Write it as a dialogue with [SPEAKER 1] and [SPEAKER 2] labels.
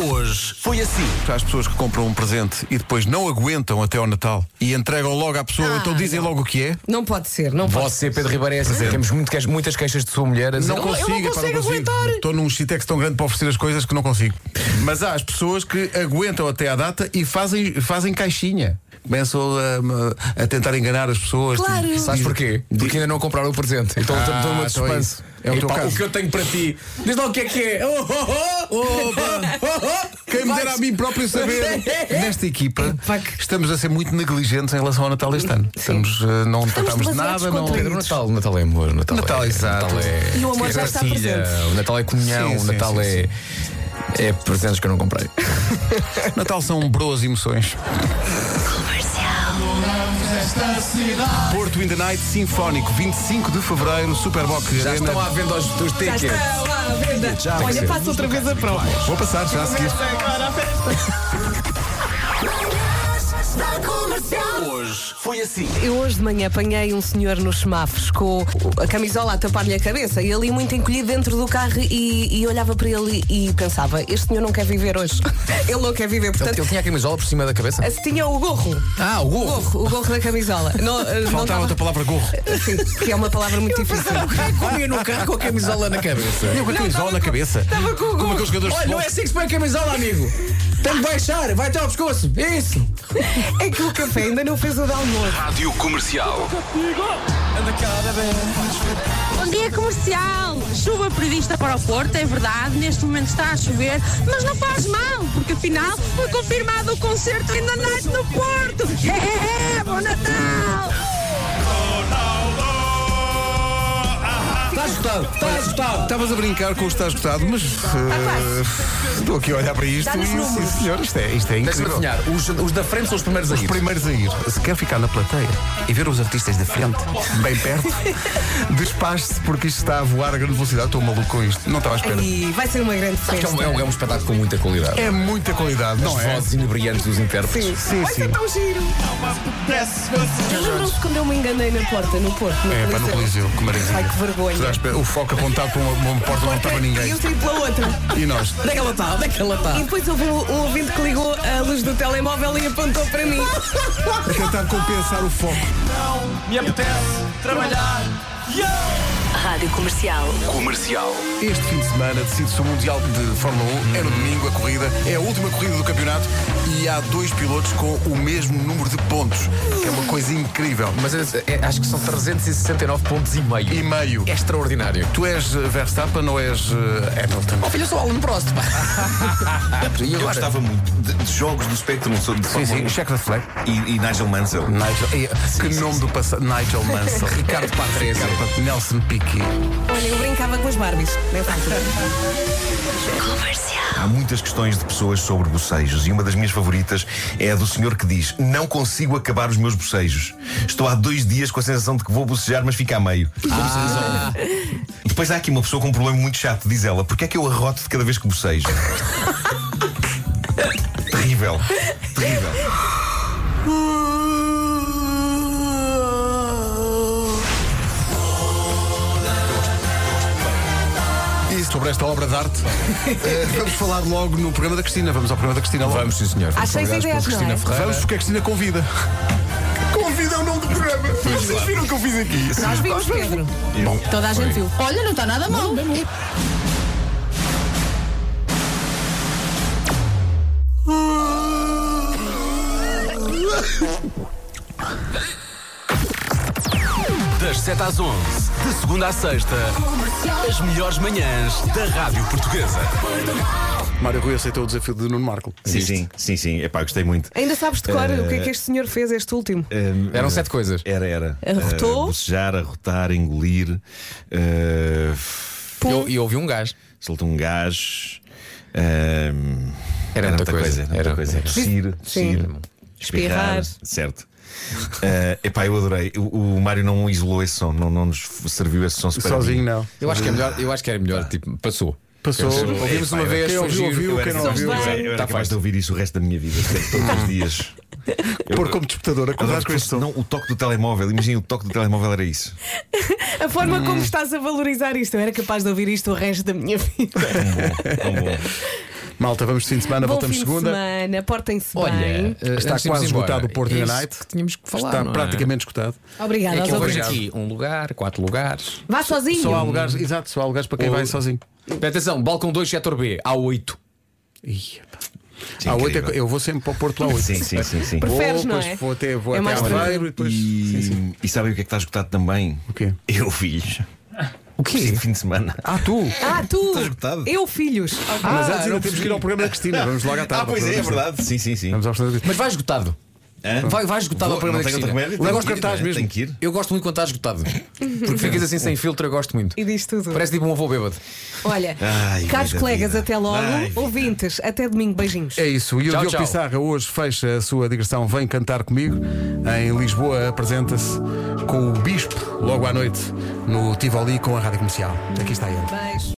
[SPEAKER 1] Hoje foi assim. Para as pessoas que compram um presente e depois não aguentam até ao Natal e entregam logo à pessoa, então dizem logo o que é.
[SPEAKER 2] Ah, Não pode ser, não pode
[SPEAKER 3] Você, Pedro Ribeiro, é assim. Temos muito que- muitas queixas de sua mulher. a dizer,
[SPEAKER 2] não consigo aguentar."
[SPEAKER 1] Estou num shitex tão grande para oferecer as coisas que não consigo. Mas há as pessoas que aguentam até à data e fazem, fazem caixinha. Começam a, a tentar enganar as pessoas.
[SPEAKER 2] Claro.
[SPEAKER 1] Diz-
[SPEAKER 3] Sabes porquê? Porque ainda não compraram o presente. Então estou estou numa de
[SPEAKER 1] então é
[SPEAKER 3] suspense.
[SPEAKER 1] isso. É o teu
[SPEAKER 3] Epá,
[SPEAKER 1] caso.
[SPEAKER 3] que eu tenho para ti. Diz lá o que é que é. Oh, oh, oh. Oh, oh.
[SPEAKER 1] Quem me dera a mim próprio saber. Nesta equipa,
[SPEAKER 2] Epá, que-
[SPEAKER 1] estamos a ser muito negligentes em relação ao Natal este ano. Estamos, eh, não tratamos de
[SPEAKER 2] demasiado
[SPEAKER 1] nada, não.
[SPEAKER 3] Pedro, o Natal, o Natal é amor, o Natal,
[SPEAKER 1] Natal,
[SPEAKER 3] é,
[SPEAKER 1] exato.
[SPEAKER 3] Natal é,
[SPEAKER 2] E o amor
[SPEAKER 3] é
[SPEAKER 2] já está
[SPEAKER 3] partilha,
[SPEAKER 2] presente.
[SPEAKER 3] O Natal é comunhão,
[SPEAKER 1] Sim, sim,
[SPEAKER 3] o Natal
[SPEAKER 1] sim,
[SPEAKER 3] é, é presentes que eu não comprei.
[SPEAKER 1] Natal são broas emoções. Porto in the Night Sinfónico, 25 de Fevereiro, Superboc
[SPEAKER 3] Já
[SPEAKER 1] Arena.
[SPEAKER 3] estão à venda os, os tickets.
[SPEAKER 2] lá, venda.
[SPEAKER 3] tem que
[SPEAKER 2] Olha,
[SPEAKER 3] ser.
[SPEAKER 2] passa outra vez a prova.
[SPEAKER 1] Vou passar já a seguir.
[SPEAKER 2] Eu hoje de manhã apanhei um senhor nos semáforos com a camisola a tapar-lhe a cabeça e ali muito encolhido dentro do carro e, e olhava para ele e pensava, este senhor não quer viver hoje. Ele não quer
[SPEAKER 1] Então,
[SPEAKER 2] viver,
[SPEAKER 3] Ele,
[SPEAKER 2] portanto...
[SPEAKER 3] ele tinha a camisola por cima da cabeça.
[SPEAKER 2] se Tinha o gorro,
[SPEAKER 3] Ah, o
[SPEAKER 2] o
[SPEAKER 3] gorro.
[SPEAKER 2] gorro, o gorro da camisola. Não, eh, não
[SPEAKER 1] Faltava outra
[SPEAKER 2] tava-
[SPEAKER 1] palavra gorro.
[SPEAKER 2] Sim, que é uma palavra muito difícil.
[SPEAKER 3] Comia no carro com a camisola na cabeça.
[SPEAKER 1] Eu com a camisola na cabeça.
[SPEAKER 2] Estava com o
[SPEAKER 1] Como
[SPEAKER 2] gorro.
[SPEAKER 1] aqueles jogadores de
[SPEAKER 3] Olha, não
[SPEAKER 1] futebol.
[SPEAKER 3] é assim que se põe a camisola, amigo. Tem que baixar, vai até ao pescoço. Isso.
[SPEAKER 2] É que o café ainda não fez o de almoço.
[SPEAKER 4] Rádio Comercial.
[SPEAKER 5] Bom dia comercial! Chuva prevista para o Porto, é verdade, neste momento está a chover, mas não faz mal, porque afinal foi confirmado o concerto ainda night no Porto! É, bom Natal!
[SPEAKER 3] Está esgotado, está esgotado.
[SPEAKER 1] Estavas a brincar com o está esgotado, mas. eh, Estou aqui a olhar para isto
[SPEAKER 2] Dá-nos
[SPEAKER 1] e. Sim,
[SPEAKER 2] números.
[SPEAKER 1] senhor, isto é, isto é
[SPEAKER 3] Deixa-me
[SPEAKER 1] incrível.
[SPEAKER 3] adivinhar, os, os da frente são os primeiros a
[SPEAKER 1] Os
[SPEAKER 3] ir.
[SPEAKER 1] primeiros a ir. Se quer ficar na plateia e ver os artistas de frente, bem perto, despache-se porque isto está a voar a grande velocidade. Estou maluco com isto. Não estava à
[SPEAKER 3] É
[SPEAKER 1] espera.
[SPEAKER 2] E vai ser uma grande
[SPEAKER 3] Acho que
[SPEAKER 1] Então,
[SPEAKER 2] festa.
[SPEAKER 3] é um, é um- é um espetáculo com muita qualidade.
[SPEAKER 1] É muita qualidade, não
[SPEAKER 3] As
[SPEAKER 1] é?
[SPEAKER 3] vozes inebriantes dos intérpretes.
[SPEAKER 1] Sim,
[SPEAKER 2] Vai
[SPEAKER 1] sim.
[SPEAKER 2] ser tão giro. Lembram-se quando eu me enganei na porta, no Porto? no
[SPEAKER 1] É, para no
[SPEAKER 2] Coliseu?
[SPEAKER 1] Coliseu, que maravilha.
[SPEAKER 2] Ai, que vergonha.
[SPEAKER 1] Toda a espera- O foco apontado para uma, uma porta onde não estava
[SPEAKER 2] E eu
[SPEAKER 1] ninguém.
[SPEAKER 2] saí pela outra.
[SPEAKER 1] E nós?
[SPEAKER 2] Onde é que ela está? Onde é que ela está? E depois houve um, um ouvinte que ligou a luz do telemóvel e apontou para mim.
[SPEAKER 1] A tentar compensar o foco.
[SPEAKER 6] Rádio Comercial.
[SPEAKER 4] Comercial.
[SPEAKER 1] Este fim de semana decide-se o Mundial de Fórmula 1.
[SPEAKER 3] Uhum.
[SPEAKER 1] É no domingo a corrida. É a última corrida do campeonato. E há dois pilotos com o mesmo número de pontos. Que é uma coisa incrível.
[SPEAKER 3] Mas é- é- acho que são 369 pontos e meio.
[SPEAKER 1] E meio.
[SPEAKER 3] É extraordinário.
[SPEAKER 1] Tu és eh, Verstappen ou és eh, Hamilton?
[SPEAKER 3] Oh, filho, eu sou Alan Prost, pá. E
[SPEAKER 7] Eu
[SPEAKER 3] agora?
[SPEAKER 7] gostava muito de, de jogos do espectro sou de
[SPEAKER 1] Sim, sim.
[SPEAKER 7] Fórmula
[SPEAKER 1] Check the flag.
[SPEAKER 7] 1 e, e Nigel Mansell.
[SPEAKER 1] Nigel. eh, Que nome do passado. Nigel Mansell.
[SPEAKER 3] Ricardo Patrese.
[SPEAKER 1] Ricardo- Nelson Piquet.
[SPEAKER 2] Olha, eu brincava com as Barbies. nessa altura.
[SPEAKER 7] Há muitas questões de pessoas sobre bocejos e uma das minhas favoritas é a do senhor que diz: Não consigo acabar os meus bocejos. Estou há dois dias com a sensação de que vou bocejar, mas fica a meio. Como se resolve? Depois há aqui uma pessoa com um problema muito chato, diz ela: Porquê é que eu arroto de cada vez que bocejo? terrível, terrível.
[SPEAKER 1] E sobre esta obra de arte, eh, vamos falar logo no programa da Cristina. Vamos ao programa da Cristina logo.
[SPEAKER 3] Vamos, sim, senhor.
[SPEAKER 2] Às seis e
[SPEAKER 3] Obrigado
[SPEAKER 2] dez,
[SPEAKER 3] pela
[SPEAKER 2] não
[SPEAKER 3] Cristina
[SPEAKER 2] é?
[SPEAKER 3] Ferreira.
[SPEAKER 1] Vamos porque a Cristina convida. Convida é o nome do programa. Vocês viram o que eu fiz aqui?
[SPEAKER 2] Nós vimos, Pedro. Toda a gente viu.
[SPEAKER 5] Olha, não está nada mal!
[SPEAKER 8] Das 7 às 11, de segunda à sexta, as melhores manhãs da Rádio Portuguesa.
[SPEAKER 1] Mário Rui aceitou o desafio de Nuno Marco.
[SPEAKER 7] Sim, sim, sim, sim. Epá, gostei muito.
[SPEAKER 2] Ainda sabes de cor o que é que este senhor fez, este último.
[SPEAKER 3] Eram
[SPEAKER 1] Hum.
[SPEAKER 3] sete coisas.
[SPEAKER 1] É.
[SPEAKER 7] Era, era.
[SPEAKER 2] Arrotou.
[SPEAKER 7] Eh, bocejar, arrotar, engolir. eh, f-
[SPEAKER 3] E eu- E ouvi um gajo.
[SPEAKER 7] soltou um gás. ehm,
[SPEAKER 3] Era muita coisa.
[SPEAKER 7] era muita
[SPEAKER 3] Era-
[SPEAKER 7] coisa.
[SPEAKER 3] era.
[SPEAKER 7] Tossir,
[SPEAKER 2] Sim.
[SPEAKER 7] tossir,
[SPEAKER 2] Espirrar.
[SPEAKER 7] espirrar. Certo. Eh, epá, eu adorei. O, o Mário não isolou esse som, não, não nos serviu esse som super
[SPEAKER 1] Sozinho
[SPEAKER 7] bem.
[SPEAKER 1] não.
[SPEAKER 3] Eu acho que é melhor, eu acho que era melhor, tipo, passou.
[SPEAKER 1] Passou,
[SPEAKER 7] Eu sou-
[SPEAKER 1] ouvimos
[SPEAKER 7] é,
[SPEAKER 1] uma
[SPEAKER 7] pá,
[SPEAKER 1] vez,
[SPEAKER 7] eu
[SPEAKER 1] foi
[SPEAKER 7] era-
[SPEAKER 1] giro,
[SPEAKER 7] eu era-
[SPEAKER 1] quem não ouviu.
[SPEAKER 7] Eu era- eu
[SPEAKER 1] Tá
[SPEAKER 7] era capaz
[SPEAKER 1] feito.
[SPEAKER 7] de ouvir isso o resto da minha vida, sempre, todos os dias.
[SPEAKER 1] Pôr como despertador, acordar
[SPEAKER 7] Adoro
[SPEAKER 1] com
[SPEAKER 7] que
[SPEAKER 1] este
[SPEAKER 7] fosse,
[SPEAKER 1] som.
[SPEAKER 7] não, o toque do telemóvel, imagina o toque do telemóvel era isso.
[SPEAKER 2] A forma como estás a valorizar isto. Eu era capaz de ouvir isto o resto da minha vida.
[SPEAKER 7] Tão bom, tão bom.
[SPEAKER 1] Malta, vamos de fim de semana,
[SPEAKER 2] Bom
[SPEAKER 1] voltamos
[SPEAKER 2] fim de
[SPEAKER 1] segunda.
[SPEAKER 2] semana, portem-se bem.
[SPEAKER 3] Olha, eh,
[SPEAKER 1] Está
[SPEAKER 3] antes de irmos
[SPEAKER 1] quase
[SPEAKER 3] embora,
[SPEAKER 1] esgotado o Porto
[SPEAKER 3] é
[SPEAKER 1] in the
[SPEAKER 3] isso
[SPEAKER 1] Night.
[SPEAKER 3] que tínhamos que falar.
[SPEAKER 1] Está
[SPEAKER 3] não é?
[SPEAKER 1] praticamente escutado.
[SPEAKER 2] Obrigada
[SPEAKER 3] É
[SPEAKER 2] aos
[SPEAKER 3] que eu vejo
[SPEAKER 2] ouvintes.
[SPEAKER 3] aqui um lugar, quatro lugares.
[SPEAKER 2] Vá sozinho.
[SPEAKER 1] Só há um- lugares, exato, só há lugares para quem
[SPEAKER 3] Ou-
[SPEAKER 1] vai sozinho.
[SPEAKER 3] Atenção, balcão 2, setor B, A8.
[SPEAKER 1] Ih, pá.
[SPEAKER 7] Sim,
[SPEAKER 1] Há oito, é
[SPEAKER 7] incrível.
[SPEAKER 1] co- eu vou sempre para o Porto lá hoje.
[SPEAKER 7] Sim, sim, sim. sim.
[SPEAKER 2] Perfeito.
[SPEAKER 1] Vou,
[SPEAKER 2] Preferes, não
[SPEAKER 1] depois
[SPEAKER 2] é?
[SPEAKER 1] vou até, vou
[SPEAKER 2] É
[SPEAKER 1] até
[SPEAKER 2] mais
[SPEAKER 1] à
[SPEAKER 2] tranquilo.
[SPEAKER 1] Aveiro e depois.
[SPEAKER 7] E,
[SPEAKER 1] Sim, sim.
[SPEAKER 7] e sabem o que é que está esgotado também?
[SPEAKER 1] O quê?
[SPEAKER 7] Eu, filhos.
[SPEAKER 3] O
[SPEAKER 7] Este fim de semana.
[SPEAKER 1] Ah, tu!
[SPEAKER 2] Ah, tu!
[SPEAKER 7] esgotado?
[SPEAKER 2] Eu, filhos.
[SPEAKER 1] Mas
[SPEAKER 3] Ah,
[SPEAKER 1] antes ainda
[SPEAKER 3] não
[SPEAKER 1] temos
[SPEAKER 3] percebi.
[SPEAKER 1] que ir ao programa da Cristina, vamos logo à tarde.
[SPEAKER 7] Ah, pois é, é verdade. Sim, sim, sim.
[SPEAKER 1] Vamos ao programa da Cristina.
[SPEAKER 3] Mas vai esgotado.
[SPEAKER 7] Hã?
[SPEAKER 3] Vai, vai esgotado
[SPEAKER 7] Vou-
[SPEAKER 3] ao programa da
[SPEAKER 7] não tenho
[SPEAKER 3] Cristina.
[SPEAKER 7] outro remédio,
[SPEAKER 3] Eu
[SPEAKER 7] tenho
[SPEAKER 3] gosto
[SPEAKER 7] que ir,
[SPEAKER 3] de cartaz
[SPEAKER 7] não é?
[SPEAKER 3] mesmo.
[SPEAKER 7] Tenho que ir.
[SPEAKER 3] Eu gosto muito quando estás esgotado. Porque ficas assim sem filtro, eu gosto muito.
[SPEAKER 2] E diz tudo.
[SPEAKER 3] Parece tipo um avô bêbado.
[SPEAKER 2] Olha,
[SPEAKER 7] Ai,
[SPEAKER 2] caros
[SPEAKER 7] vida,
[SPEAKER 2] colegas,
[SPEAKER 7] vida.
[SPEAKER 2] até logo.
[SPEAKER 7] Ai, vida.
[SPEAKER 2] Ouvintes, até domingo. Beijinhos.
[SPEAKER 1] É isso, e o
[SPEAKER 3] Tchau,
[SPEAKER 1] Diogo
[SPEAKER 3] tchau.
[SPEAKER 1] Pissarra hoje fecha a sua digressão Vem Cantar Comigo. Em Lisboa apresenta-se com o Bispo logo à noite no Tivoli com a Rádio Comercial. Aqui está ele.
[SPEAKER 2] Beijo.